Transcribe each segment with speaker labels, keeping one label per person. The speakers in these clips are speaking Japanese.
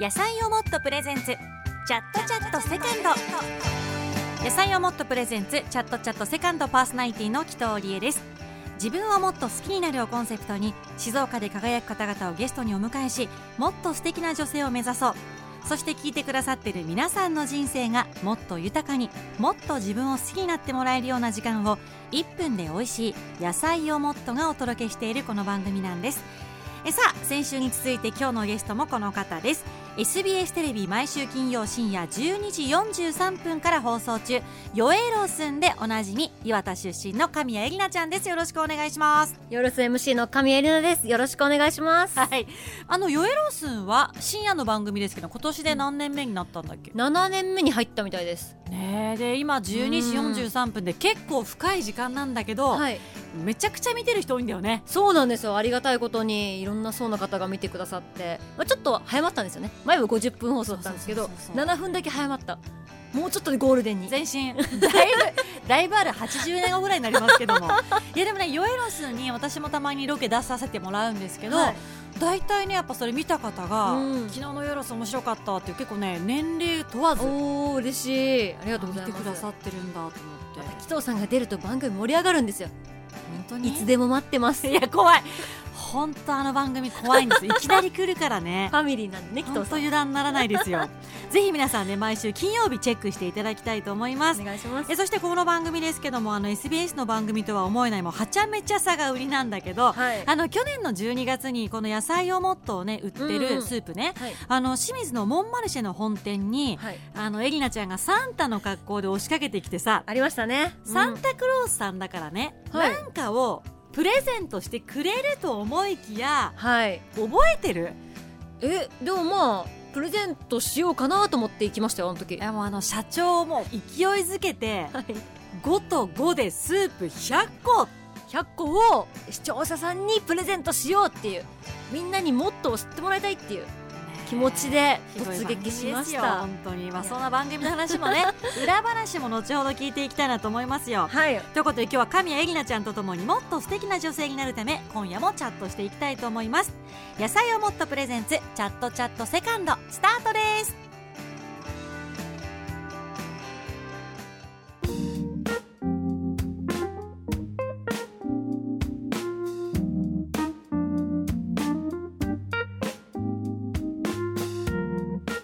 Speaker 1: 野菜をもっとプレゼンツチャットチャットセカンド野菜をもっとプレゼンツチャットチャットセカンドパーソナリティの紀藤理恵です自分をもっと好きになるをコンセプトに静岡で輝く方々をゲストにお迎えしもっと素敵な女性を目指そうそして聞いてくださっている皆さんの人生がもっと豊かにもっと自分を好きになってもらえるような時間を1分で美味しい野菜をもっとがお届けしているこの番組なんですえさあ先週に続いて今日のゲストもこの方です SBS テレビ毎週金曜深夜12時43分から放送中「よえろすん」でおなじみ岩田出身の神谷絵里奈ちゃんですよろしくお願いします
Speaker 2: 夜ス MC の神エリナです。よろしくお願いします。
Speaker 1: はいあの「よえろすん」は深夜の番組ですけど今年で何年目になったんだっけ、
Speaker 2: 7年目に入ったみたいです。
Speaker 1: ねえで今12時43分で結構深い時間なんだけど、
Speaker 2: はい。
Speaker 1: めちゃくちゃ見てる人多いんだよね
Speaker 2: そうなんですよ。ありがたいことにいろんな層の方が見てくださって、まあ、ちょっと早まったんですよね。前は50分放送だったんですけ
Speaker 1: そ
Speaker 2: ど
Speaker 1: うそうそう、そう
Speaker 2: 7分だけ早まった。もうちょっとでゴールデンに。
Speaker 1: 全身 だいぶだいぶある80年後ぐらいになりますけども いやでもね「よえろす」に私もたまにロケ出させてもらうんですけど、
Speaker 2: はい
Speaker 1: 大体ねやっぱそれ見た方が「
Speaker 2: うん
Speaker 1: 昨日のよえろす面白かった」っていう結構ね年齢問わず
Speaker 2: おー、嬉しい。ありがとうござ
Speaker 1: 見て
Speaker 2: います。
Speaker 1: くださってるんだと思って
Speaker 2: 紀藤さんが出ると番組盛り上がるんですよ。
Speaker 1: 本当
Speaker 2: いつでも待ってます。
Speaker 1: いや怖い本当あの番組怖 いんですいきなり来るからね
Speaker 2: ファミリーなんでね、紀
Speaker 1: 本
Speaker 2: 藤
Speaker 1: 当
Speaker 2: さん。
Speaker 1: 油断ならないです よぜひ皆さんね毎週金曜日チェックしていただきたいと思います
Speaker 2: お願いします
Speaker 1: え。そしてこの番組ですけどもあの SBS の番組とは思えないもうはちゃめちゃさが売りなんだけど、
Speaker 2: はい。
Speaker 1: あの去年の12月にこの野菜をもっとね売って
Speaker 2: うんう
Speaker 1: る
Speaker 2: ん
Speaker 1: スープね、
Speaker 2: はい。
Speaker 1: あの清水のモンマルシェの本店に、
Speaker 2: はい。
Speaker 1: あのエリナちゃんがサンタの格好で押しかけてきてさ
Speaker 2: ありましたね。
Speaker 1: サンタクロースさんだからね、
Speaker 2: はい
Speaker 1: なんかをプレゼントしてくれると思いきや
Speaker 2: はい。
Speaker 1: 覚えてる
Speaker 2: えでもまあプレゼントしようかなと思って行きましたよあの時
Speaker 1: いやもうあの社長も勢いづけて
Speaker 2: い
Speaker 1: 5と5でスープ100個
Speaker 2: 100個を視聴者さんにプレゼントしようっていうみんなにもっと知ってもらいたいっていう気持ちで突撃しました
Speaker 1: 本当に、まあ、
Speaker 2: いや
Speaker 1: そんな番組の話 もね裏話も後ほど聞いていきたいなと思いますよ
Speaker 2: はい
Speaker 1: ということで今日は神谷絵里奈ちゃんとともにもっと素敵な女性になるため今夜もチャットしていきたいと思います野菜をもっとプレゼンツチャットチャットセカンドスタートです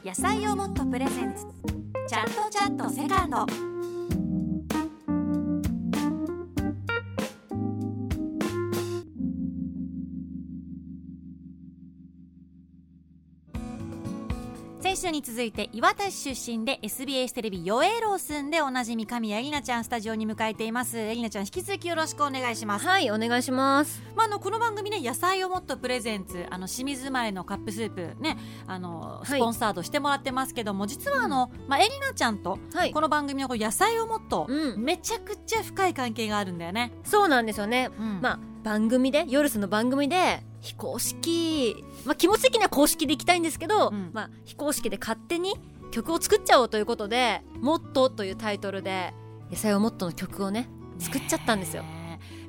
Speaker 1: 野菜をもっとプレゼンツチャットチャットセカンド先週に続いて岩田市出身で SBS テレビ「よえろすん」でおなじみ神谷絵里奈ちゃんスタジオに迎えています絵里奈ちゃん引き続きよろしくお願いします、
Speaker 2: はいお願いします
Speaker 1: まあ、あのこの番組ね「野菜をもっとプレゼンツ」あの清水前のカップスープねあの
Speaker 2: い
Speaker 1: スポンサードしてもらってますけども、実はあの、まあ、絵里奈ちゃんと
Speaker 2: はい
Speaker 1: この番組のこう野菜をもっと
Speaker 2: うん
Speaker 1: めちゃくちゃ深い関係があるんだよね、
Speaker 2: そうなんですよね
Speaker 1: まあ
Speaker 2: まあ番組で夜スの番組で非公式まあ気持ち的には公式で行きたいんですけど、
Speaker 1: うん
Speaker 2: まあ非公式で勝手に曲を作っちゃおうということで「もっと」というタイトルで野菜をもっとの曲をね作っちゃったんですよ
Speaker 1: ねえ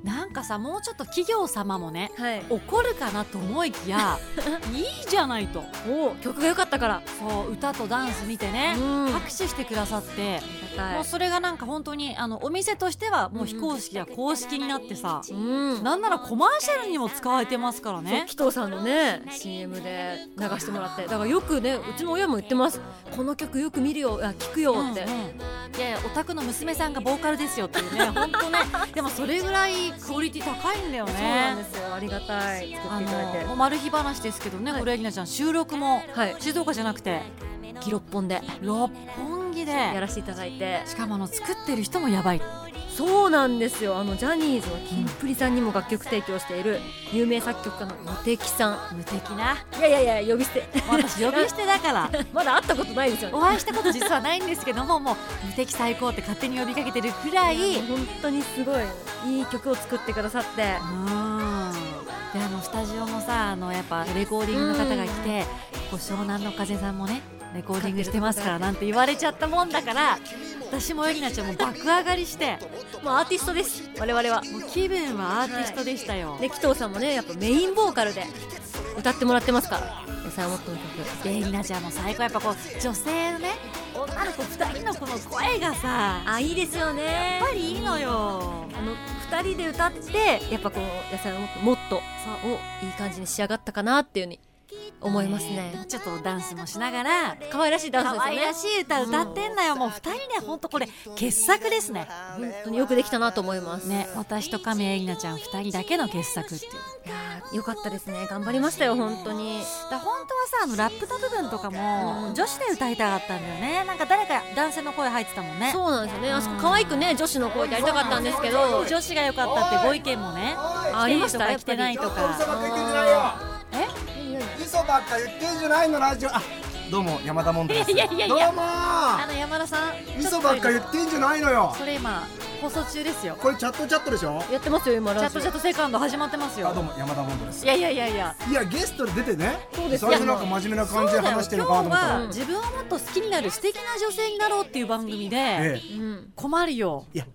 Speaker 1: なんかさもうちょっと企業様もね
Speaker 2: はい
Speaker 1: 怒るかなと思いき やいいじゃないと
Speaker 2: お曲が良かったから
Speaker 1: そう歌とダンス見てね、
Speaker 2: うん
Speaker 1: 拍手してくださって、もうそれがなんか本当にあのお店としてはもう非公式や公式になってさ、
Speaker 2: うん、
Speaker 1: なんならコマーシャルにも使われてますから
Speaker 2: そう
Speaker 1: ね
Speaker 2: 紀藤さんのね CM で流してもらってだからよくねうちの親も言ってますこの曲よく見るよあ聞くよ
Speaker 1: うんうん
Speaker 2: って、
Speaker 1: いやいやお宅の娘さんがボーカルですよっていう ね本当ねでもそれぐらいクオリティ高いんだよ
Speaker 2: そうなんで
Speaker 1: ね
Speaker 2: すよありがたい作っ
Speaker 1: あ
Speaker 2: ていただい
Speaker 1: の
Speaker 2: て
Speaker 1: もうマル秘話ですけどね、
Speaker 2: はい
Speaker 1: これエリナちゃん収録も
Speaker 2: はい
Speaker 1: 静岡じゃなくて
Speaker 2: ギロッポンで
Speaker 1: 六本木
Speaker 2: や
Speaker 1: で
Speaker 2: らせていただいて
Speaker 1: しかもあの作ってる人もやばい
Speaker 2: そうなんですよあのジャニーズのキンプリさんにも楽曲提供している有名作曲家の茂木さ
Speaker 1: 無敵なん
Speaker 2: いやいやいや呼び捨て
Speaker 1: 私呼び捨てだから
Speaker 2: まだ会ったことないですよね
Speaker 1: お会いしたこと実はないんですけどももう無敵最高って勝手に呼びかけてるくらいうん
Speaker 2: 本当にすごいいい曲を作ってくださって
Speaker 1: であのスタジオもさあのやっぱレコーディングの方が来てこう湘南の風さんもねレコーディングしてますからなんて言われちゃったもんだから私もエリナちゃんも爆上がりして
Speaker 2: もうアーティストです我々は
Speaker 1: もう気分はアーティストでしたよ、
Speaker 2: で紀藤さんもねやっぱメインボーカルで歌ってもらってますから野菜をもっとの曲
Speaker 1: レイナちゃんも最高やっぱこう女性のね女の子2人のこの声がさやっ
Speaker 2: あいいですよねや
Speaker 1: ぱりいいのよ
Speaker 2: あの2人で歌ってやっぱこう野菜をもっともっとをいい感じに仕上がったかなっていうふうに思いますね
Speaker 1: ちょっとダンスもしながら
Speaker 2: 可愛らしいダンスで
Speaker 1: 可
Speaker 2: す
Speaker 1: 愛
Speaker 2: よ
Speaker 1: ら
Speaker 2: ね
Speaker 1: しい歌歌ってんだよ、もう2人で本当これ傑作ですね
Speaker 2: 本当によくできたなと思います
Speaker 1: ね私と亀井里奈ちゃん2人だけの傑作っていう
Speaker 2: いやーよかったですね頑張りましたよ本当に
Speaker 1: だから本当はさあのラップの部分とか
Speaker 2: う
Speaker 1: も
Speaker 2: ん
Speaker 1: 女子で歌いたかったんだよねなんか誰か男性の声入ってたもんね
Speaker 2: そうなんですよねあそこ可愛くね女子の声でやりたかったんですけど
Speaker 1: 女子が良かったってご意見もね
Speaker 2: ありました
Speaker 1: 来てないと
Speaker 3: 嘘ばっ
Speaker 1: か
Speaker 3: か言ってんじゃないよ
Speaker 1: え
Speaker 3: 嘘ばっか言ってんじゃないのラジオあどうも山田もんです
Speaker 1: いやいやいや
Speaker 3: どうも
Speaker 1: あの山田さん
Speaker 3: 嘘ばっか言ってんじゃないのよ
Speaker 1: それ今放送中ですよ
Speaker 3: これチャットチャットでしょ
Speaker 2: やってますよ今
Speaker 1: チャッ
Speaker 2: ラジ
Speaker 1: ト
Speaker 2: オ
Speaker 1: チャットセカンド始まってます
Speaker 3: あど
Speaker 1: よ
Speaker 3: うも山田もんです
Speaker 1: いやいやいやいや
Speaker 3: いやゲストで出てね
Speaker 2: そうですよ
Speaker 3: 最初なんか真面目な感じで話してるのかなと思
Speaker 1: そうだよ今
Speaker 3: った
Speaker 1: 日は自分をもっと好きになる素敵な女性になろうっていう番組で
Speaker 3: ええ
Speaker 2: うん
Speaker 1: 困るよ
Speaker 3: いや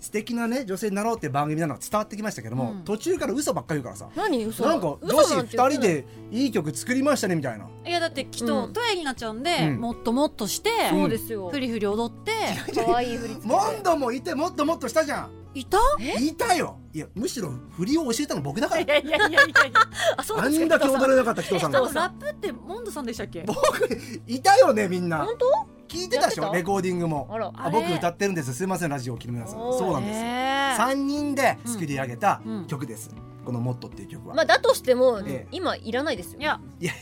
Speaker 3: 素敵なね女性になろうっていう番組なのは伝わってきましたけども、
Speaker 1: うん
Speaker 3: 途中から嘘ばっか言うからさ
Speaker 2: 何嘘
Speaker 3: なんか女
Speaker 2: 嘘
Speaker 3: 子
Speaker 2: なんて言
Speaker 3: 2
Speaker 2: って
Speaker 3: 人
Speaker 2: ない
Speaker 3: でいい曲作りましたねみたいない
Speaker 1: やだってきっ
Speaker 2: う
Speaker 1: と
Speaker 2: ん
Speaker 1: トヤになちゃんで、
Speaker 3: うん
Speaker 1: もっともっとして
Speaker 2: そうですよ
Speaker 1: フリフリ踊って
Speaker 2: 可愛い振り付け
Speaker 3: モンドもいてもっともっとしたじゃん
Speaker 1: いた
Speaker 3: いたよいやむしろ振りを教えたの僕だから
Speaker 1: やいやいやいや
Speaker 2: あそう
Speaker 3: あ
Speaker 2: なん
Speaker 3: ん
Speaker 2: で
Speaker 3: だ
Speaker 2: す
Speaker 3: け
Speaker 2: か
Speaker 3: 踊れなかった人さん
Speaker 1: あ
Speaker 3: が
Speaker 1: のラップってモンドさんでしたっけ
Speaker 3: 僕いたよねみんな
Speaker 2: 本当
Speaker 3: 聞いてたでし
Speaker 2: やっ
Speaker 3: ょ
Speaker 2: てた
Speaker 3: レコーディングも
Speaker 2: あら
Speaker 1: あれ
Speaker 3: 僕歌ってるんですすいませんラジオを聞きの皆さん
Speaker 2: おー
Speaker 3: そうなんです
Speaker 1: ねえ
Speaker 3: 3人で作り上げた
Speaker 1: うん
Speaker 3: 曲です、この「モット」っていう曲は、
Speaker 2: まあだとしても、
Speaker 3: ええ
Speaker 2: 今いらないですよ
Speaker 1: いや
Speaker 3: いや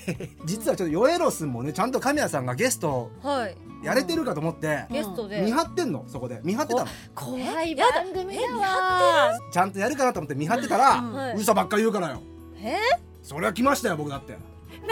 Speaker 3: 実はちょっとヨエロスもねちゃんと神谷さんがゲスト
Speaker 2: はい
Speaker 3: やれてるかと思って、
Speaker 2: ゲストで、
Speaker 3: 見張ってんのそこで見張ってたの
Speaker 2: 怖い
Speaker 1: やだ
Speaker 2: 番組だ
Speaker 1: え
Speaker 2: わ
Speaker 3: ちゃんとやるかなと思って見張ってたら、
Speaker 1: うん
Speaker 2: はい
Speaker 3: 嘘ばっか言うからよ
Speaker 2: え
Speaker 3: そりゃ来ましたよ僕だって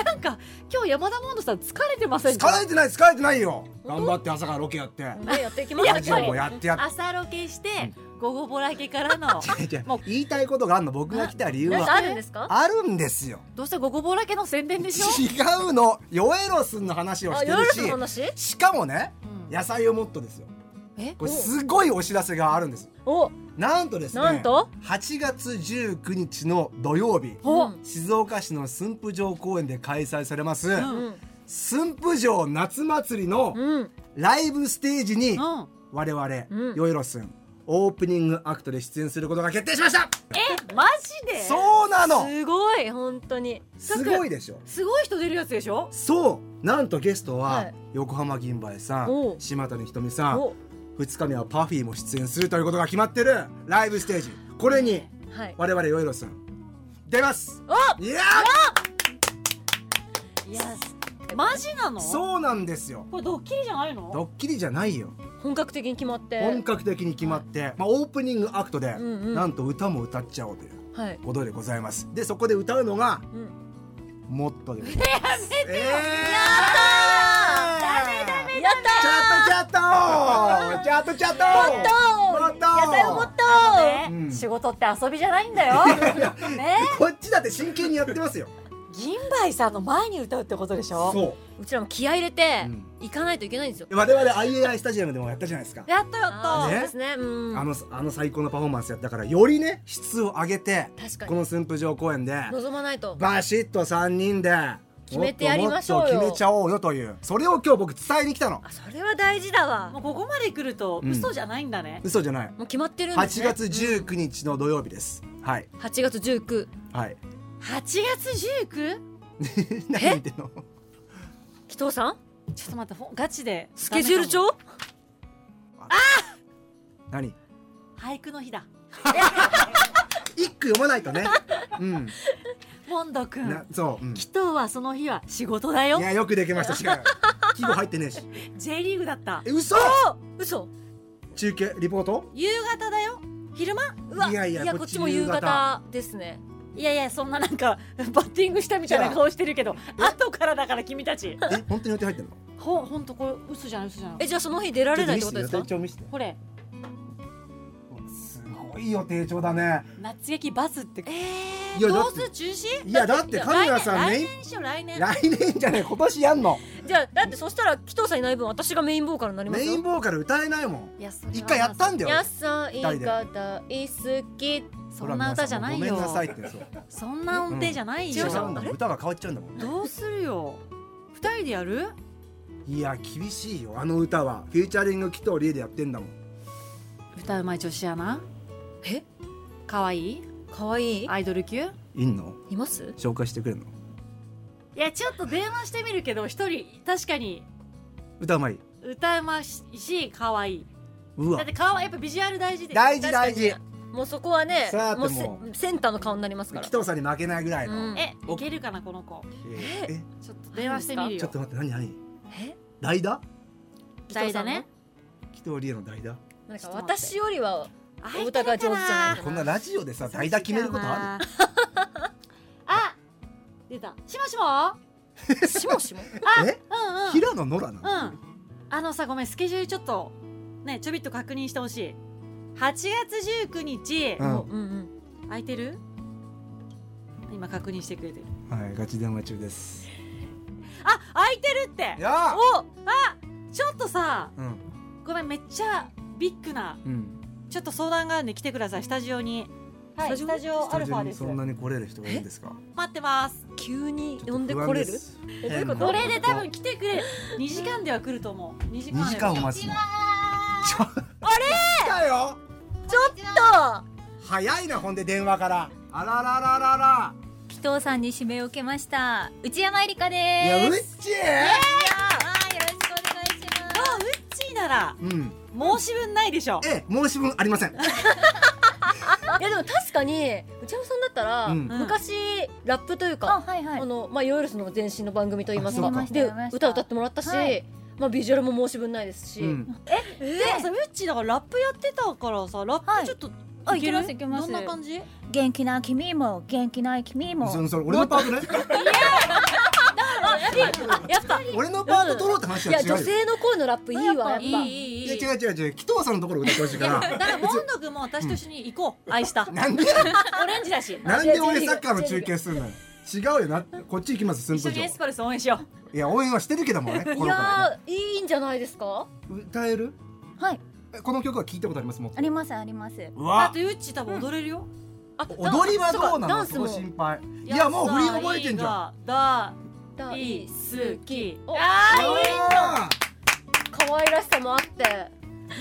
Speaker 1: なんか今日山田モンドさん疲れてませんか
Speaker 3: 疲れてない疲れてないよ頑張って朝からロケやって
Speaker 2: ねやっていきます
Speaker 3: ラジオもやってやって
Speaker 1: 朝ロケして午後ぼらけから の
Speaker 3: いや
Speaker 1: もう
Speaker 3: 言いたいことがあるの僕が来た理由
Speaker 2: なんか
Speaker 3: は
Speaker 2: あるんですか
Speaker 3: あるんですよ
Speaker 1: どうせ午後ぼらけの宣伝 でしょ
Speaker 3: 違うのヨエロスの話を
Speaker 2: あ
Speaker 3: し
Speaker 2: 夜
Speaker 3: て
Speaker 2: の
Speaker 3: る
Speaker 2: 話
Speaker 3: ししかもね
Speaker 1: うん
Speaker 3: 野菜をもっとですよ
Speaker 1: え
Speaker 3: これすごいお知らせがあるんです
Speaker 2: お
Speaker 3: なんとですね
Speaker 2: なんと
Speaker 3: 8月19日の土曜日
Speaker 1: お
Speaker 2: うん
Speaker 3: 静岡市の駿府城公園で開催されます、
Speaker 1: ん
Speaker 2: うん
Speaker 3: 駿府城夏祭りの
Speaker 2: うん
Speaker 3: ライブステージに
Speaker 1: うん
Speaker 3: 我々、
Speaker 2: うん
Speaker 3: ヨエロスンオープニングアクトで出演することが決定しました
Speaker 1: えマジで
Speaker 3: そうなの
Speaker 2: すごい本当に
Speaker 3: すごいでしょ
Speaker 1: すごい人出るやつでしょ
Speaker 3: そうなんとゲスト
Speaker 2: は
Speaker 3: はい横浜銀杯さ
Speaker 2: おうん
Speaker 3: 島谷ひとみさん
Speaker 2: お
Speaker 3: 2日目はパフィーも出演するということが決まってるライブステージこれに
Speaker 2: はい
Speaker 3: 我々ヨイロさん出ますいや
Speaker 1: いやマジなの
Speaker 3: ーそうなんですよ
Speaker 1: これドッキリじゃないの
Speaker 3: ドッキリじゃないよ
Speaker 2: 本格的に決まって
Speaker 3: 本格的に決まって、まあ、オープニングアクトで
Speaker 2: うんうん
Speaker 3: なんと歌も歌っちゃおうという
Speaker 2: はい
Speaker 3: ことでございますでそこで歌うのが
Speaker 2: うん
Speaker 3: 「モット」でございますやめてよ、えー
Speaker 2: やった
Speaker 3: チャットチャットチャットチャット
Speaker 2: ーも
Speaker 3: もっと
Speaker 2: 野菜をもっと
Speaker 3: うん
Speaker 1: 仕事って遊びじゃないんだよ ね
Speaker 3: こっちだって真剣にやってますよ。
Speaker 1: 銀杯さんの前に歌うってことでしょ
Speaker 3: そう
Speaker 2: ちらも気合い入れて
Speaker 3: うん
Speaker 2: 行かないといけないんですよ
Speaker 3: う。我々 IAI スタジアムでもやったじゃないですか。
Speaker 1: やったやった
Speaker 2: あー
Speaker 3: ね
Speaker 2: そうですねうん
Speaker 3: あのあの最高のパフォーマンスやったからよりね質を上げて
Speaker 2: 確かに
Speaker 3: この駿府城公園で
Speaker 2: 望まないと
Speaker 3: バシッと3人で
Speaker 2: 決めてやりましょうよ
Speaker 3: もっともっと決めちゃおうよというそれを今日僕伝えに来たの
Speaker 2: あそれは大事だわ
Speaker 1: もうここまで来ると
Speaker 3: うん
Speaker 1: 嘘じゃないんだね、
Speaker 3: 嘘じゃない
Speaker 2: もう決まってるんです
Speaker 3: 8
Speaker 2: ね
Speaker 3: 月19日の土曜日ですはい
Speaker 2: 8月19
Speaker 3: はい
Speaker 1: 8月 19?
Speaker 3: 何言ってんの
Speaker 2: 紀藤さん
Speaker 1: ちょっと待ってほんガチで
Speaker 2: スケジュー
Speaker 1: ダ
Speaker 2: ル
Speaker 1: メ
Speaker 2: 帳
Speaker 3: 何
Speaker 1: かも俳句の日だ
Speaker 3: 一句読まないとねうん
Speaker 1: モンド君
Speaker 3: なそう、うん
Speaker 1: 紀藤はその日は仕事だよ
Speaker 3: いやよくできました違う季語入って ねえし
Speaker 1: J リーグだった
Speaker 3: え嘘
Speaker 2: あ嘘
Speaker 3: 中継リポート
Speaker 1: 夕方だよ昼間
Speaker 2: うわ
Speaker 3: いやいや
Speaker 2: こっちも夕方ですね
Speaker 1: いやいやそんななんかバッティングしたみたいな顔してるけど後からだから君たち
Speaker 3: え本当に予定入ってんの
Speaker 1: ほほんとこれ嘘じゃない嘘じゃない
Speaker 2: えじゃあその日出られないってことですか
Speaker 3: ちょっと見せて予定帳見せて
Speaker 1: これ
Speaker 3: すごい予定帳だね
Speaker 1: 夏劇バスって
Speaker 2: え
Speaker 3: い
Speaker 2: ー
Speaker 3: やだ
Speaker 1: どう
Speaker 3: っ
Speaker 1: する
Speaker 3: て
Speaker 1: 中止
Speaker 3: いやだって神谷さん
Speaker 1: 来
Speaker 3: ね
Speaker 1: 年来年にしよう来年
Speaker 3: 来年じゃない今年やんの
Speaker 2: じじゃあだってそしたら紀藤さんいない分私がメインボーカルになります
Speaker 3: メ
Speaker 2: よ
Speaker 3: インボーカル歌えないもん
Speaker 1: いやそれは
Speaker 3: 一回やったんだよ
Speaker 2: 野菜
Speaker 3: 人で
Speaker 2: が大好き
Speaker 1: そんな歌じゃない
Speaker 3: ほら
Speaker 1: よ
Speaker 3: 皆さんごめんなさいって
Speaker 1: そんな音程じゃない
Speaker 3: そ
Speaker 1: よ
Speaker 3: う
Speaker 2: 違う、
Speaker 3: 違うんだ
Speaker 2: あれ
Speaker 3: 歌が変わっちゃうんだもん
Speaker 1: どうするよ二人でやる
Speaker 3: いや厳しいよあの歌はフューチャリング紀藤理恵でやってんだもん
Speaker 1: 歌うまい女子やな
Speaker 2: え
Speaker 1: 可愛い
Speaker 2: 可愛い
Speaker 1: アイドル級
Speaker 3: いんの
Speaker 2: います
Speaker 3: 紹介してくれんの
Speaker 1: いやちょっと電話してみるけど一人確かに
Speaker 3: 歌うまい
Speaker 1: 歌うましいし可愛
Speaker 3: う
Speaker 1: いだ
Speaker 3: わ
Speaker 1: って顔はやっぱビジュアル大事で
Speaker 3: 大事大事
Speaker 2: 確かにもうそこはね
Speaker 3: さあ
Speaker 2: もう
Speaker 3: で
Speaker 2: せ
Speaker 3: も
Speaker 2: センターの顔になりますから
Speaker 3: 紀藤さんに負けないぐらいの、
Speaker 2: うん
Speaker 1: えいけるかなこの子
Speaker 3: えー
Speaker 1: ちょっと電話してみる
Speaker 3: え
Speaker 1: よ
Speaker 3: ちょっと待って何何
Speaker 2: え
Speaker 3: 代打
Speaker 1: 代打ね
Speaker 3: 紀藤理恵の代打
Speaker 2: なんか私よりはお歌
Speaker 1: あ
Speaker 2: が
Speaker 1: いける
Speaker 2: 上手
Speaker 1: か
Speaker 2: じゃない
Speaker 3: こんなラジオでさ代打決めることあ
Speaker 1: るあ出たしもしもあ
Speaker 2: しもしも
Speaker 1: う
Speaker 3: るえ
Speaker 1: んうん
Speaker 3: 平野ノラな
Speaker 1: う
Speaker 3: の、
Speaker 1: んあのさごめんスケジュールちょっとねちょびっと確認してほしい8月19日、
Speaker 3: うん
Speaker 2: うんうん
Speaker 1: 空いてる今確認してくれてる
Speaker 3: はいガチ電話中です
Speaker 1: あ空いてるって
Speaker 3: いや
Speaker 1: おあちょっとさ
Speaker 3: うん
Speaker 1: ごめんめっちゃビッグな
Speaker 3: うん
Speaker 1: ちょっと相談があるんで来てくださいスタジオにはいス
Speaker 2: ス
Speaker 1: タ
Speaker 2: タ
Speaker 1: ジ
Speaker 2: ジ
Speaker 1: オアルファ
Speaker 3: に
Speaker 1: です
Speaker 3: そん
Speaker 1: 待
Speaker 3: なに来れる人がいるんですか
Speaker 1: ってます
Speaker 2: 急に
Speaker 3: ちょ
Speaker 2: 呼
Speaker 3: っ
Speaker 2: んで
Speaker 3: と不
Speaker 2: こ
Speaker 3: 安
Speaker 2: れ
Speaker 3: で
Speaker 2: る
Speaker 3: す
Speaker 2: えどういうこと
Speaker 1: これで多分来てくれる2時間では来ると思う2時間
Speaker 3: 二時間お待ちのちょあれ来たよ
Speaker 2: あ
Speaker 3: 早いなほんで電話からあららららら
Speaker 4: 紀藤さんに指名を受けました内山えりかで
Speaker 3: いやうっ
Speaker 4: す
Speaker 3: ち
Speaker 4: はいよろしくお願いしま
Speaker 1: あウッチーなら
Speaker 3: うん
Speaker 1: 申し分ないでしょ
Speaker 3: ええ申し分ありません
Speaker 2: いやでも確かに内山さんだったら、
Speaker 3: うん
Speaker 2: 昔ラップという
Speaker 4: すあ
Speaker 2: か、
Speaker 4: はいはい
Speaker 2: あのまあいわゆるその前身の番組といいます
Speaker 3: あ
Speaker 2: か
Speaker 3: やりま
Speaker 4: したや
Speaker 2: で
Speaker 4: りました
Speaker 2: 歌歌ってもらったし、
Speaker 4: はい
Speaker 2: まあビジュアルも申し分ないですし、
Speaker 3: うん
Speaker 1: でもさウッチーだからラップやってたからさラッ
Speaker 4: は
Speaker 1: プ
Speaker 4: い
Speaker 1: ちょっとい
Speaker 4: あい
Speaker 1: け
Speaker 4: け
Speaker 1: る、
Speaker 4: ますいけます
Speaker 1: どんな感じ
Speaker 4: 元気な君も元気ない君も
Speaker 3: そのそれ俺のパートね
Speaker 1: あやっぱ
Speaker 3: 俺のパート取ろうって話
Speaker 2: い
Speaker 3: は
Speaker 2: や
Speaker 3: 違うよ
Speaker 2: 女性の声のラップいいわやっぱ
Speaker 1: いいいいい
Speaker 3: い
Speaker 1: い
Speaker 3: や違う違う違う紀藤さんのところ歌ってほしいか
Speaker 1: だ
Speaker 3: ら
Speaker 1: からモンド君も私と一緒に行こう愛 した
Speaker 3: なんで
Speaker 1: オレンジだし
Speaker 3: なんで俺サッカーの中継するのよ違うよなこっち行きます寸
Speaker 1: 一緒
Speaker 3: 法
Speaker 1: に
Speaker 3: 上
Speaker 1: エスパルス応援しよ
Speaker 3: いや応援はしてるけどもね
Speaker 2: い
Speaker 3: 心からね
Speaker 2: やーいいんじゃないですか
Speaker 3: 歌える
Speaker 4: はい
Speaker 3: えこの曲は聞いたことありますもん
Speaker 4: ありますあります
Speaker 3: う
Speaker 1: うだっ
Speaker 3: わ
Speaker 1: てウッチー多分踊れるよ
Speaker 2: あ
Speaker 3: 踊りはどうな
Speaker 2: ダ
Speaker 3: の
Speaker 2: ンス
Speaker 3: そ
Speaker 2: も
Speaker 3: こ心配いやもう振り覚えてんじゃん
Speaker 1: んだ
Speaker 2: だ
Speaker 1: い好き
Speaker 2: お
Speaker 1: あ
Speaker 3: あ
Speaker 2: 可愛らしさもあって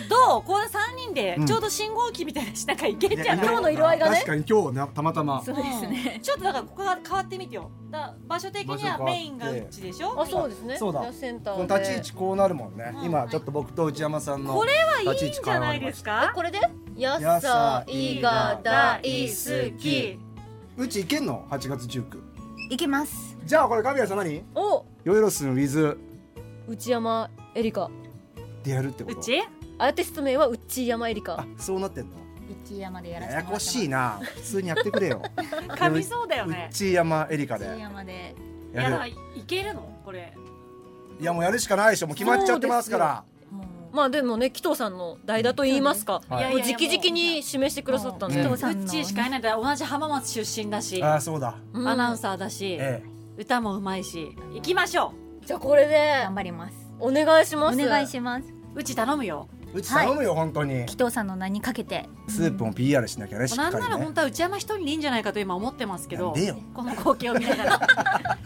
Speaker 1: どうこれ三人で
Speaker 3: うん
Speaker 1: ちょうど信号機みたいなしなんかいけんじゃ
Speaker 2: い
Speaker 1: ない
Speaker 2: や今日の色合いがね
Speaker 3: 確かに今日なたまたま
Speaker 4: そうですね
Speaker 1: ちょっとだからここが変わってみてよだ場所的には
Speaker 3: 場所変わって
Speaker 1: メインがうちでしょ
Speaker 2: あそうですね
Speaker 3: そうだ
Speaker 2: じゃあセンタ
Speaker 3: こ
Speaker 2: ー
Speaker 3: の
Speaker 2: で
Speaker 3: 立ち位置こうなるもんね
Speaker 1: うん
Speaker 3: 今ちょっと僕と内山さんの
Speaker 1: これはい
Speaker 3: 立
Speaker 1: いん
Speaker 3: ち位置
Speaker 1: じゃないですか
Speaker 2: これで
Speaker 3: 野
Speaker 2: 野
Speaker 3: 菜
Speaker 2: 菜
Speaker 3: が
Speaker 2: が
Speaker 3: 大
Speaker 2: 大
Speaker 3: 好
Speaker 2: 好
Speaker 3: き
Speaker 2: き
Speaker 3: うち行けんの8月19
Speaker 4: いきます
Speaker 3: じゃあこれ神谷さん何
Speaker 2: お
Speaker 3: ヨイロスのウィズ
Speaker 2: 内山エリカ
Speaker 3: でやるってこ
Speaker 1: う
Speaker 3: と
Speaker 1: ち
Speaker 2: アーティスト名は内山エリカ
Speaker 3: あそうなってんの
Speaker 4: 一山でやら
Speaker 3: や
Speaker 4: せて
Speaker 3: や
Speaker 4: も
Speaker 3: こ
Speaker 4: らってます
Speaker 3: しいな普通にやってくれよ
Speaker 1: 噛みそうだよ
Speaker 3: う
Speaker 1: ね
Speaker 3: っちー山エリカで
Speaker 4: 一山で
Speaker 1: いやだか
Speaker 3: や
Speaker 1: ら
Speaker 3: る
Speaker 1: いけるのこれ
Speaker 3: いやもうやるしかないでしょもう決まっちゃってますから
Speaker 4: もう
Speaker 2: まあでもね紀藤さんの代打と言いますか、
Speaker 3: うんはい
Speaker 2: もう直々に指名してくださったん
Speaker 3: う
Speaker 2: で、
Speaker 3: ん
Speaker 4: 紀
Speaker 1: う
Speaker 4: 藤さんの
Speaker 1: っちーしかいないだ同じ浜松出身だし
Speaker 3: あ
Speaker 1: ア
Speaker 3: あそうだ
Speaker 2: うん
Speaker 1: ナウンサーだし、
Speaker 3: え
Speaker 1: 歌もうまいし行きましょ
Speaker 2: じゃあこれで
Speaker 4: 頑張ります
Speaker 2: お願いし
Speaker 4: お
Speaker 2: ます
Speaker 4: 願いします
Speaker 1: ううち頼むよ
Speaker 3: えうち頼むよ本当に
Speaker 4: 紀藤さんの名にかけて
Speaker 3: スープも PR しなきゃねしっ
Speaker 1: な
Speaker 3: か
Speaker 1: ん
Speaker 3: りね
Speaker 1: なら本当は内山一人でいいんじゃないかと今思ってますけ
Speaker 3: な
Speaker 1: ど
Speaker 3: んでよ
Speaker 1: この光景を見なが ら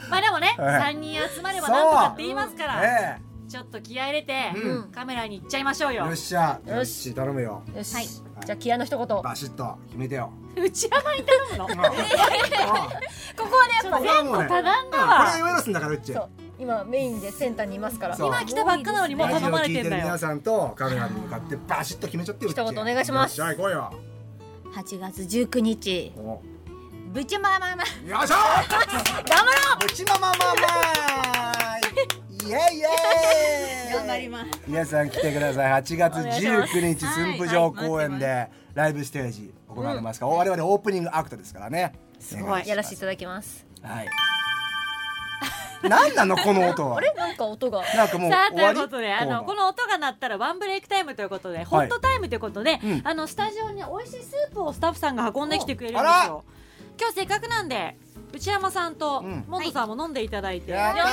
Speaker 1: まあでもね
Speaker 3: はい
Speaker 1: 3人集まればなんとかって言いますから
Speaker 3: え
Speaker 1: ちょっと気合い入れて
Speaker 3: う
Speaker 2: うん
Speaker 1: カメラに行っちゃいましょう
Speaker 3: え
Speaker 1: よ
Speaker 3: よっしゃ
Speaker 2: よし
Speaker 3: よし頼むよ
Speaker 2: よし、
Speaker 4: はい
Speaker 2: じゃあ気合の一言
Speaker 3: バシッと決め てよ
Speaker 1: 内山に頼むのこ
Speaker 3: うんう
Speaker 1: こ
Speaker 3: ん
Speaker 1: はねやっぱ前
Speaker 3: それはもうね
Speaker 1: 途多難だ
Speaker 3: これは
Speaker 1: わ
Speaker 3: ヨイロスだからうっち
Speaker 2: そう今メインでセンターにいますから
Speaker 3: そう
Speaker 1: 今来たばっかなのにもう
Speaker 3: ラジ
Speaker 1: 頼
Speaker 3: オ
Speaker 1: まれて
Speaker 3: 聞いて
Speaker 1: ん
Speaker 3: る
Speaker 1: だ
Speaker 3: 皆
Speaker 1: よ
Speaker 3: さんとカメラに向かってバシッと決めちゃってようっち
Speaker 2: 一言お願いします
Speaker 3: よっしゃ行こうよ
Speaker 4: 8月19日
Speaker 3: お
Speaker 4: ぶちままま
Speaker 3: よいしょ
Speaker 2: 頑張ろ
Speaker 3: ぶちままままイエイイエイ
Speaker 4: ます
Speaker 3: 皆さん来てください8月19日
Speaker 4: はい
Speaker 3: 駿府城公園でライブステージ行われますから、我々オープニングアクトですからねす
Speaker 1: ごいう
Speaker 2: やらせていただきます
Speaker 3: はい何なのこの 音は
Speaker 2: あれなんか音が
Speaker 3: なんかもう
Speaker 1: さあと
Speaker 3: 終
Speaker 1: い
Speaker 3: わ
Speaker 1: う
Speaker 3: り
Speaker 1: ことであの
Speaker 3: コ
Speaker 1: こ
Speaker 3: ーナー
Speaker 1: の音が鳴ったらワンブレイクタイムということでホットタイムということで
Speaker 3: うん
Speaker 1: あのスタジオに美味しいスープをスタッフさんが運んできてくれるんで
Speaker 3: あ
Speaker 1: す
Speaker 3: ら
Speaker 1: よ今日せっかくなんで内山さんと
Speaker 3: うん
Speaker 1: モンドさんも飲んでいただいて、
Speaker 3: やっ
Speaker 1: 今
Speaker 3: た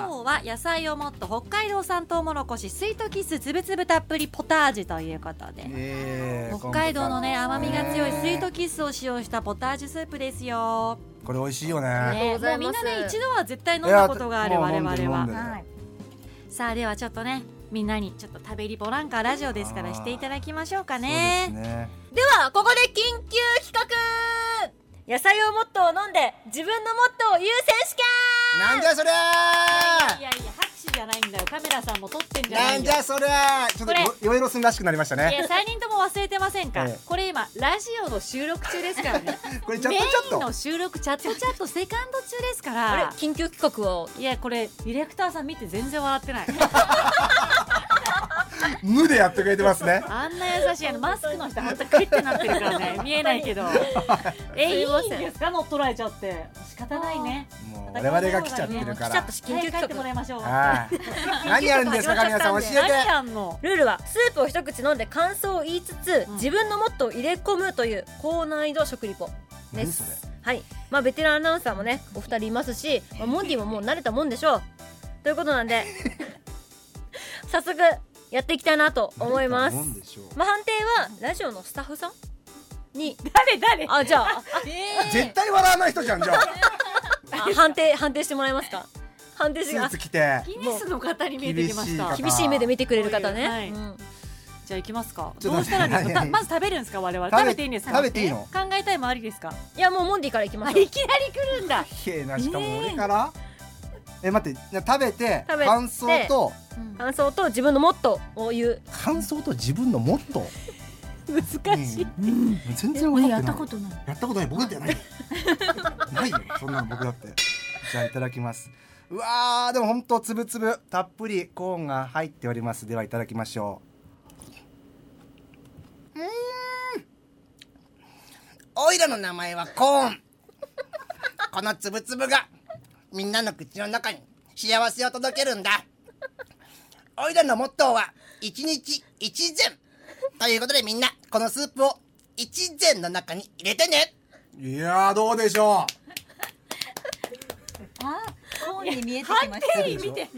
Speaker 3: ー
Speaker 1: 日は野菜をもっと北海道産トウモロコシスイートキスつぶつぶたっぷりポタージュということで、
Speaker 3: えー
Speaker 1: 北海道のね
Speaker 3: 今
Speaker 1: 甘
Speaker 3: 度
Speaker 1: み
Speaker 3: 食べ
Speaker 1: が
Speaker 3: たい
Speaker 1: 強いスイートキスを使用したポタージュスープですよ、
Speaker 3: これ美味しいよね
Speaker 2: りがとうござ
Speaker 1: もう
Speaker 2: い
Speaker 1: みん
Speaker 2: ます
Speaker 1: なね一度は絶対飲んだことがある我々
Speaker 3: いやもう飲んでる飲んで
Speaker 1: は
Speaker 3: るはい
Speaker 1: さあではちょっとねみんなにちょっと食べリポランカーラジオですか
Speaker 3: あ
Speaker 1: ら
Speaker 3: ー
Speaker 1: していただきましょうか
Speaker 3: そう
Speaker 1: ね
Speaker 3: ですね
Speaker 2: ではここで緊急企画野菜をもっと飲んで自分のもっとを言う選手権
Speaker 3: なんじゃそりゃ
Speaker 1: いやいや拍手じゃないんだよカメラさんも撮ってんじゃな
Speaker 3: ないん
Speaker 1: よ
Speaker 3: じゃそりゃちょっと
Speaker 1: これ
Speaker 3: よよいろすんらしくなりました
Speaker 1: い
Speaker 3: ね
Speaker 1: や3人とも忘れてませんか、
Speaker 3: ええ
Speaker 1: これ今ラジオの収録中ですからね
Speaker 3: これ ちょっ
Speaker 1: メ
Speaker 3: と
Speaker 1: イ
Speaker 3: ちょ
Speaker 1: ン
Speaker 3: っと
Speaker 1: の収録チャットチャットセカンド中ですか
Speaker 2: あれ
Speaker 1: ら
Speaker 2: 緊急企画はい
Speaker 1: やこれディレクターさん見て全然笑って ない
Speaker 3: 無でやってくれてますね
Speaker 1: あんな優しいあのマスクの人本当クイってなってるからね見えないけ どえいいんですか乗っ取られちゃって仕方ないね
Speaker 3: もう我々が来ちゃってる
Speaker 2: 来ち
Speaker 3: か
Speaker 2: ゃっ
Speaker 3: ら
Speaker 2: たし
Speaker 1: 早
Speaker 2: 緊急
Speaker 1: く帰っ
Speaker 2: 企
Speaker 1: ても
Speaker 2: 画
Speaker 1: らいましょう
Speaker 3: はい何やるんですか神谷さん教え
Speaker 1: 何
Speaker 3: て
Speaker 1: やんの
Speaker 2: ルールはスープを一口飲んで感想を言いつつ、
Speaker 1: うん
Speaker 2: 自分のモットーを入れ込むという高難易度食リポで
Speaker 3: 何
Speaker 2: す
Speaker 3: それ
Speaker 2: はいまあベテランアナウンサーもねお二人いますし、まあ、モンディももう慣れたもんでしょう ということなんで 早速やっていきたいなと思います
Speaker 3: 何でしょう
Speaker 2: まあ判定はラジオのスタッフさん に
Speaker 1: 誰誰
Speaker 2: あじゃあ
Speaker 3: 絶対笑わない人じゃんじゃあ
Speaker 2: あ判定判定してもらえますか判定し
Speaker 3: ス
Speaker 2: て
Speaker 3: ー
Speaker 2: あ
Speaker 3: ツ着て
Speaker 1: ギネスの方に見えてきまし
Speaker 3: 厳しい
Speaker 1: た
Speaker 3: 方
Speaker 2: 厳しい目で見てくれる方ね、
Speaker 1: はい
Speaker 2: うん
Speaker 1: じゃあ行きますか
Speaker 3: ち
Speaker 1: ど
Speaker 3: ょっと
Speaker 1: うしたらいいですか
Speaker 3: は
Speaker 1: た
Speaker 3: い
Speaker 1: まず食べるんですか我々
Speaker 3: 食べ
Speaker 1: 食べていいんですか
Speaker 3: 食べていいの
Speaker 1: 考えたいもありですか
Speaker 2: いやもうモンディからいきま
Speaker 1: あ
Speaker 2: し
Speaker 1: い
Speaker 2: ょう
Speaker 1: きなり来るんだ
Speaker 3: 綺麗なしかも俺からえ待ってな食べて
Speaker 2: 食べて
Speaker 3: 感想と
Speaker 2: 感想と自分のモットーを言う
Speaker 3: 感想と自分のモットー
Speaker 1: 難しい
Speaker 3: うん全然分かってない
Speaker 4: やったことない
Speaker 3: やったことない僕だって ないよないよそんなの僕だってじゃあいただきますうわーでもほんとつぶつぶたっぷりコーンが入っておりますではいただきましょううーんおいらの名前はコーンこのつぶつぶがみんなの口の中に幸せを届けるんだおいらのモットーは一日一善ということでみんなこのスープを一膳の中に入れてねいやーどうでしょ
Speaker 4: あコーンに見えてき
Speaker 1: 判
Speaker 4: ました
Speaker 1: 定員見て判定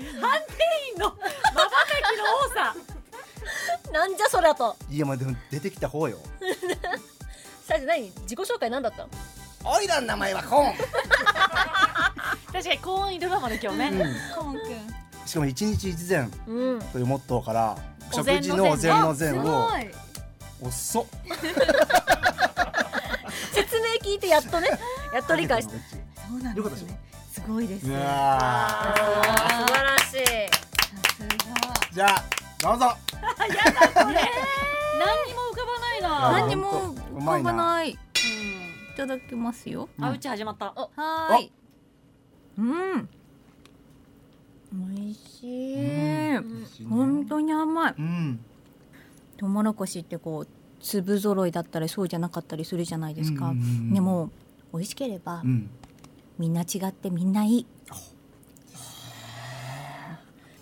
Speaker 1: 員のまばたきの多さ
Speaker 2: なんじゃそりゃと
Speaker 3: ういやまあでも出てきた方よ
Speaker 2: さて何自己紹介何だったの
Speaker 3: おいらの名前はコーン
Speaker 1: 確かに高音色だもんね今日ね
Speaker 4: コーンくん
Speaker 3: しかも一日一膳
Speaker 2: うん
Speaker 3: というモットーから
Speaker 1: お
Speaker 3: 食
Speaker 1: 膳
Speaker 3: 事
Speaker 1: の
Speaker 3: の
Speaker 1: 膳
Speaker 3: 膳の
Speaker 4: す
Speaker 3: 膳を
Speaker 4: ごい
Speaker 3: おっそ
Speaker 2: 説明聞いてやっとねやっと理解して
Speaker 3: た
Speaker 4: そうなん
Speaker 3: よかっ
Speaker 4: で
Speaker 3: た
Speaker 4: す
Speaker 3: でし
Speaker 4: ねすごいです
Speaker 3: い
Speaker 4: ね
Speaker 3: や
Speaker 2: あー素晴らしい
Speaker 4: さすが
Speaker 3: ーじゃあどうぞ
Speaker 1: 何にも浮かばないな
Speaker 3: あ
Speaker 4: 何に
Speaker 3: ほ
Speaker 4: も
Speaker 3: んとう
Speaker 4: 浮
Speaker 3: ま
Speaker 4: か
Speaker 3: い
Speaker 4: ば
Speaker 3: な
Speaker 4: ないいただきますよ
Speaker 1: あうち始まった
Speaker 4: はーいうん美味しい本当に甘い
Speaker 3: うん
Speaker 4: トウモロコシってこう粒揃いだったりそうじゃなかったりするじゃないですか、
Speaker 3: うんうんうん
Speaker 4: でも美味しければ、
Speaker 3: うん
Speaker 4: みんな違ってみんないい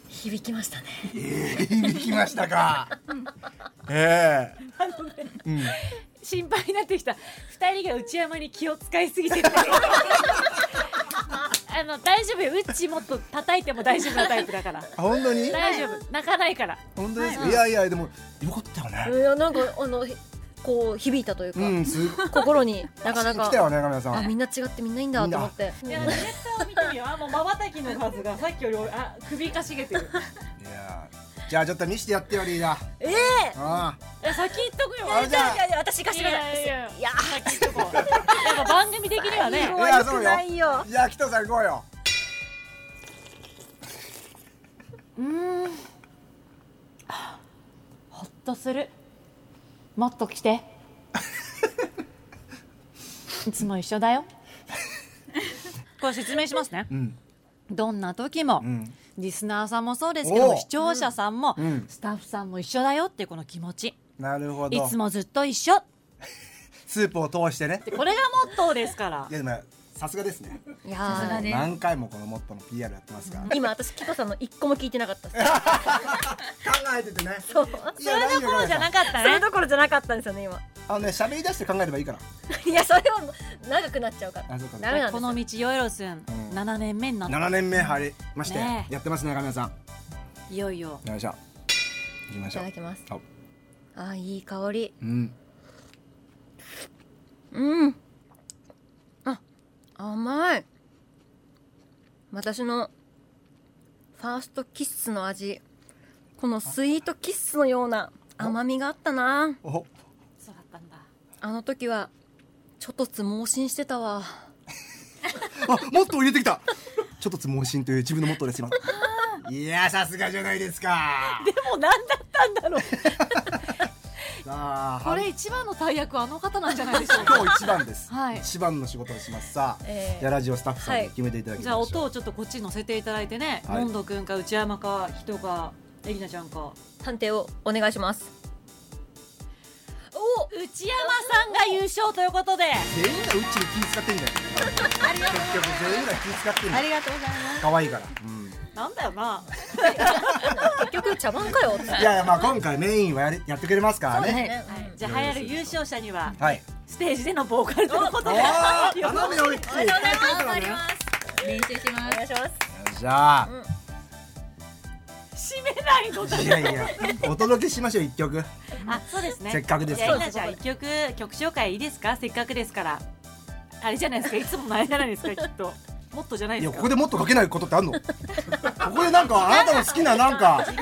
Speaker 2: 響きましたね
Speaker 3: 響きましたかええうん
Speaker 1: 心配になってきた二人が内山に気を使いすぎて るあの大丈夫ようっちもっと叩いても大丈夫なタイプだから
Speaker 3: あ本当に
Speaker 1: 大丈夫泣かないから
Speaker 3: 本当ですかいやいやでもよかったよね
Speaker 2: いやなんかあのひこう響いたというか、
Speaker 3: うんす
Speaker 2: 心になかな
Speaker 3: 来
Speaker 2: か
Speaker 3: たよね神谷さ
Speaker 2: あ
Speaker 3: ん
Speaker 2: みんな違ってみんないいんだと思って
Speaker 1: いやディレクターを見てみようあもう瞬きの数がさっきよりあ首かしげてる
Speaker 3: いやーじゃあちょっと見してやってよリーダー
Speaker 2: ええ
Speaker 3: あ
Speaker 1: え先言っとくよ
Speaker 3: あじゃあ
Speaker 2: いやいや私貸してください
Speaker 1: いやいやいや
Speaker 2: いや
Speaker 1: 先言っとこうやっぱ番組的にはね
Speaker 2: ー
Speaker 3: いや
Speaker 2: 良くないよ
Speaker 3: あじゃあキトさん行こうよ
Speaker 1: ほっとするもっと来ていつも一緒だよこれ説明しますね
Speaker 3: うん
Speaker 1: どんな時も、
Speaker 3: うん
Speaker 1: リスナーさんもそうですけど
Speaker 3: おう
Speaker 1: も視聴者さんも、
Speaker 3: うん
Speaker 1: スタッフさんも一緒だよっていうこの気持ち
Speaker 3: なるほ
Speaker 1: い
Speaker 3: ど
Speaker 1: つもずっと一緒っ
Speaker 3: スープを通してね
Speaker 1: てこれがモットーですから
Speaker 3: いやでもさすがですね
Speaker 2: いやー
Speaker 4: さすがね
Speaker 3: 何回もこのモットの PR やってますから考
Speaker 2: 今私キコさんの一個も聞いてなかったっす
Speaker 3: えててね
Speaker 2: そう
Speaker 3: いや何よこれ
Speaker 5: じゃなかった
Speaker 2: それ
Speaker 5: ね
Speaker 2: どころじゃなかったんですよね今
Speaker 3: あのね喋り出して考えればいいから
Speaker 2: いやそれは長くなっちゃうから
Speaker 3: あそうか
Speaker 2: ダメなんで
Speaker 5: こ
Speaker 2: すよ
Speaker 5: の道ヨイロスン
Speaker 3: うん
Speaker 5: 7年目になっ
Speaker 3: 7年目入りまして
Speaker 5: ねえ
Speaker 3: やってますね神谷さん
Speaker 5: いよいよ
Speaker 3: よいしょ行きま
Speaker 2: い
Speaker 3: しょ
Speaker 2: た
Speaker 3: う
Speaker 2: だきます
Speaker 3: あ
Speaker 2: あーいい香り
Speaker 3: うん
Speaker 2: うんあ甘い私のファーストキッスの味このスイートキッスのような甘みがあったな
Speaker 3: お
Speaker 5: そうだったんだ
Speaker 2: あの時はちょっとつ盲信してたわ
Speaker 3: あモットー入れてきたちょっとつ盲信という自分のモットーです今いやさすがじゃないですか
Speaker 5: でも何だったんだろう
Speaker 3: さあ
Speaker 5: これ一番の大役はあの方なんじゃないでしょう か
Speaker 3: 今日一番です、
Speaker 5: はい
Speaker 3: 一番の仕事をしますさあ、
Speaker 2: えー
Speaker 3: やラジオスタッフさん
Speaker 2: は
Speaker 3: に
Speaker 2: い
Speaker 3: 決めていただきま
Speaker 5: じ
Speaker 3: し
Speaker 5: ゃ
Speaker 3: ょ
Speaker 5: あ
Speaker 3: う、
Speaker 5: 音をちょっとこっちに乗せていただいてね
Speaker 3: はい
Speaker 5: モンド君か内山か人かエリナちゃんか
Speaker 2: 判定をお願いしますお
Speaker 5: 内山さんが優勝ということで
Speaker 3: 全員がうちに気使ってんだよ結局全員が気使ってんだよ
Speaker 2: りがとうございま
Speaker 3: 可愛いから、うん、
Speaker 5: なんだよな
Speaker 2: す結局茶番か よ
Speaker 3: いやいやまあ今回メインはやれやってくれますからね
Speaker 5: はいじゃあ流行る優勝者には
Speaker 3: はい
Speaker 5: ステージでのボーカルと いうことで
Speaker 3: あー頼むようち
Speaker 2: おめでとうございます
Speaker 3: 頑張りま
Speaker 4: 練習しま
Speaker 2: お願いします
Speaker 3: じゃあ、
Speaker 5: 締めないのだ
Speaker 3: いやいやお届けしましょう一曲
Speaker 5: あそうですね
Speaker 3: せっかくです
Speaker 5: じゃ
Speaker 3: か
Speaker 5: あ
Speaker 3: ら
Speaker 5: エリナちゃん一曲曲紹介いいですかせっかくですからあれじゃないですかいつものあれじゃないですかきっともっとじゃない
Speaker 3: い
Speaker 5: で
Speaker 3: や
Speaker 5: すか
Speaker 3: ここでもっとかけないことってあんのここでなんかあなたの好きななんか
Speaker 5: なんですか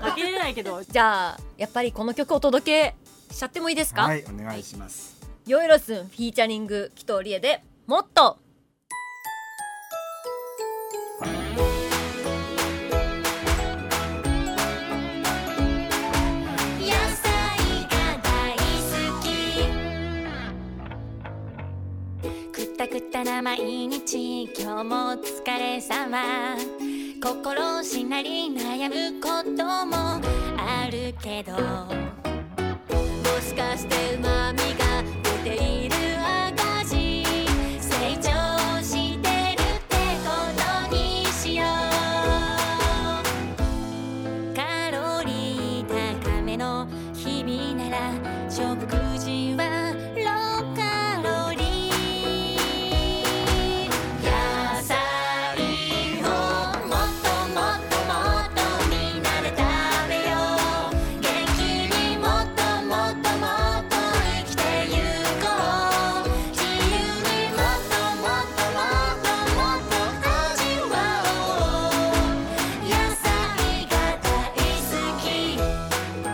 Speaker 5: らかけれないけど
Speaker 2: じゃあやっぱりこの曲お届けしちゃってもいいですか、
Speaker 3: はいお願いします、
Speaker 2: ヨイロスンフィーチャリング紀藤理恵でもっと
Speaker 1: 野菜が大好きくたくたな毎日今日もお疲れ様心しなり悩むこともあるけどもしかしてうまみが出ている証成長してるってことにしようカロリー高めの日々なら食事はローカロリー野菜をもっともっともっとみんなで食べよう元気にもっともっともっと生きてゆこう自由にもっともっともっともっと味わおう野菜が大好き
Speaker 6: えいよ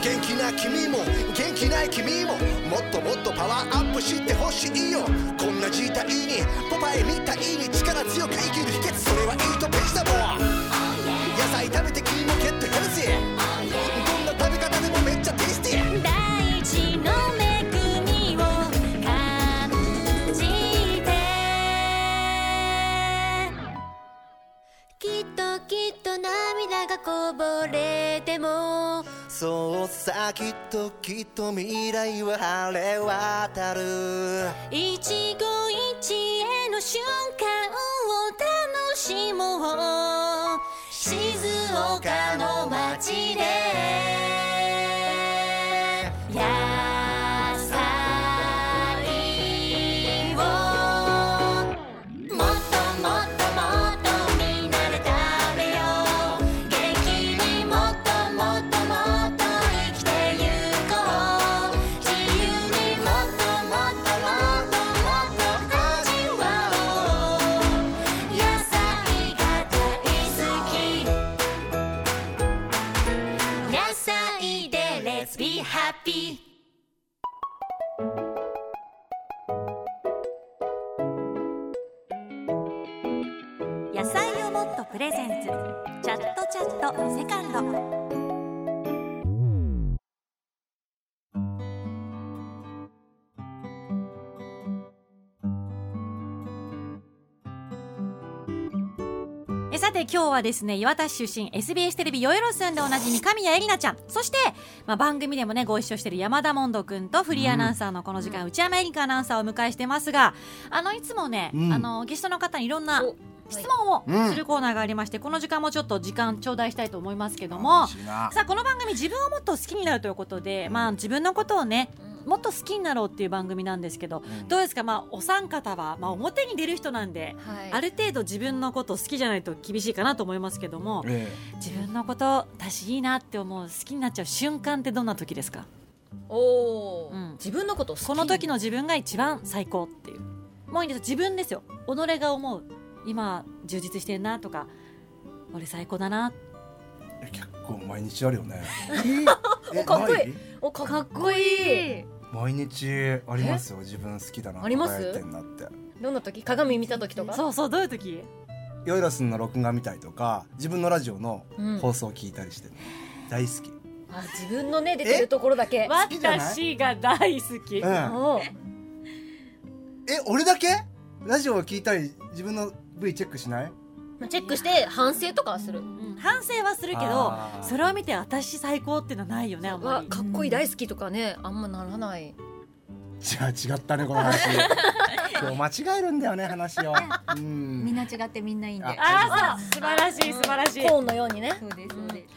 Speaker 6: 元気な君も元気ない君ももっともっとパワーアップしてほしいよこんな事態にポパイみたいに力強く生きる秘訣それはいいとペジだもん野菜食べて君もゲットヘルシーどんな食べ方でもめっちゃテイスティー
Speaker 1: 大地の恵みを感じてきっときっと涙がこぼれても
Speaker 6: そうさきっときっと未来は晴れ渡る
Speaker 1: 一期一会の瞬間を楽しもう静岡の街で野菜をもっともっともっとみんなで食べよう元気にもっともっともっと生きてゆこう自由にもっともっともっともっと味わおう野菜が大好き野菜で Let's be happy
Speaker 5: 野菜をもっとプレゼンツチャットチャットセカンド
Speaker 1: えさて今日はですね磐田市出身 SBS テレビ「よよろすん」でおなじみ神谷絵里奈ちゃんそして、まあ、番組でもねご一緒してる山田モンド君とフリーアナウンサーのこの時間、内山絵里香アナウンサーをお迎えしてますがあのいつもね、
Speaker 3: うん
Speaker 1: あのゲストの方にいろんな
Speaker 2: お
Speaker 1: 質問をするコーナーがありまして、この時間もちょっと時間頂戴したいと思いますけども
Speaker 3: 嬉しいな
Speaker 1: さあこの番組自分をもっと好きになるということで、まあ、自分のことをねもっと好きになろうっていう番組なんですけど、どうですか、まあ、お三方は、まあ、表に出る人なんで、
Speaker 2: はい
Speaker 1: ある程度自分のこと好きじゃないと厳しいかなと思いますけども
Speaker 3: え
Speaker 1: 自分のこと私いいなって思う好きになっちゃう瞬間ってどんな時ですか
Speaker 2: おお、
Speaker 1: うん
Speaker 2: 自分のこと好き
Speaker 1: この時の自分が一番最高っていうもういいです自分ですよ己が思う今充実してんなとか俺最高だな
Speaker 3: え結構毎日あるよねえ
Speaker 2: かっこいい
Speaker 3: ない
Speaker 2: おかっこいい
Speaker 3: 毎日ありますよ自分好きだな
Speaker 2: あります
Speaker 3: 輝いてんなって
Speaker 2: どんな時鏡見た時とか
Speaker 1: そうそうどういう時
Speaker 3: ヨイラスの録画見たりとか自分のラジオの
Speaker 2: うん
Speaker 3: 放送を聞いたりして、大好き
Speaker 2: あ自分のね出てるところだけ
Speaker 3: きじゃない
Speaker 1: 私が大好き、
Speaker 3: うん
Speaker 2: おー
Speaker 3: え俺だけラジオを聞いたり自分の V チェックしない
Speaker 2: まあチェックして反省とかはする
Speaker 1: うん反省はするけど
Speaker 3: あー
Speaker 1: それを見て私最高っていうのはないよねあんま
Speaker 2: わ
Speaker 1: り
Speaker 2: かっこいい大好きとかねあんまならない
Speaker 3: じゃあ違ったねこの話今日間違えるんだよね話をうん
Speaker 4: みんな違ってみんないいんで
Speaker 3: あ
Speaker 1: ああそう素晴らしい素晴らしい
Speaker 2: コーンのようにね
Speaker 4: そうですそうです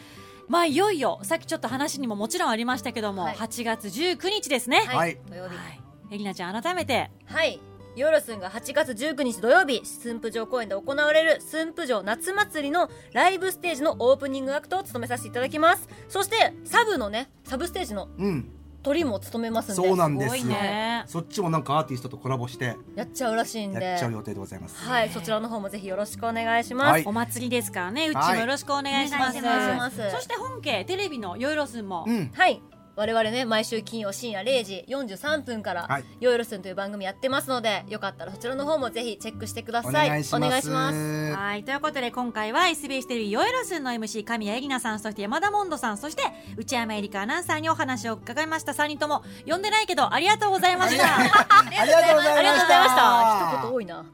Speaker 1: まあいよいよさっきちょっと話にももちろんありましたけども、
Speaker 2: はい
Speaker 1: 8月19日ですね
Speaker 3: はい
Speaker 2: 土曜
Speaker 1: はい
Speaker 2: 日
Speaker 1: えりなちゃん改めて
Speaker 2: はいヨロスンが8月19日土曜日駿府城公園で行われる駿府城夏祭りのライブステージのオープニングアクトを務めさせていただきますそしてサブのねサブステージの
Speaker 3: うん
Speaker 2: 鳥も務めますんで
Speaker 3: そうなんです
Speaker 1: す
Speaker 3: よ
Speaker 1: ごいね
Speaker 3: そっちもなんかアーティストとコラボして
Speaker 2: やっちゃうらしいんで
Speaker 3: やっちゃう予定でございます、
Speaker 2: はいそちらの方もぜひよろしくお願いします、
Speaker 3: はい
Speaker 1: お祭りですからねうち
Speaker 3: は
Speaker 1: も
Speaker 3: い
Speaker 1: よろしくお願いします,、
Speaker 4: お願
Speaker 2: いします
Speaker 1: そして本家テレビの「よいろすん」も、
Speaker 3: うん
Speaker 2: はい我々ね毎週金曜深夜0時43分から
Speaker 3: はい
Speaker 2: 「よいろすん」という番組やってますのでよかったらそちらの方もぜひチェックしてくださ
Speaker 3: お
Speaker 2: い
Speaker 3: 願いします
Speaker 2: お願いします
Speaker 1: はいということで今回は SBS テレビ「よいろすん」の MC 神谷絵里奈さんそして山田モンドさんそして内山絵里香アナウンサーにお話を伺いました3人とも呼んでないけどありがとうございました。
Speaker 3: ありがとうございました
Speaker 2: ありがとうございました一言多いな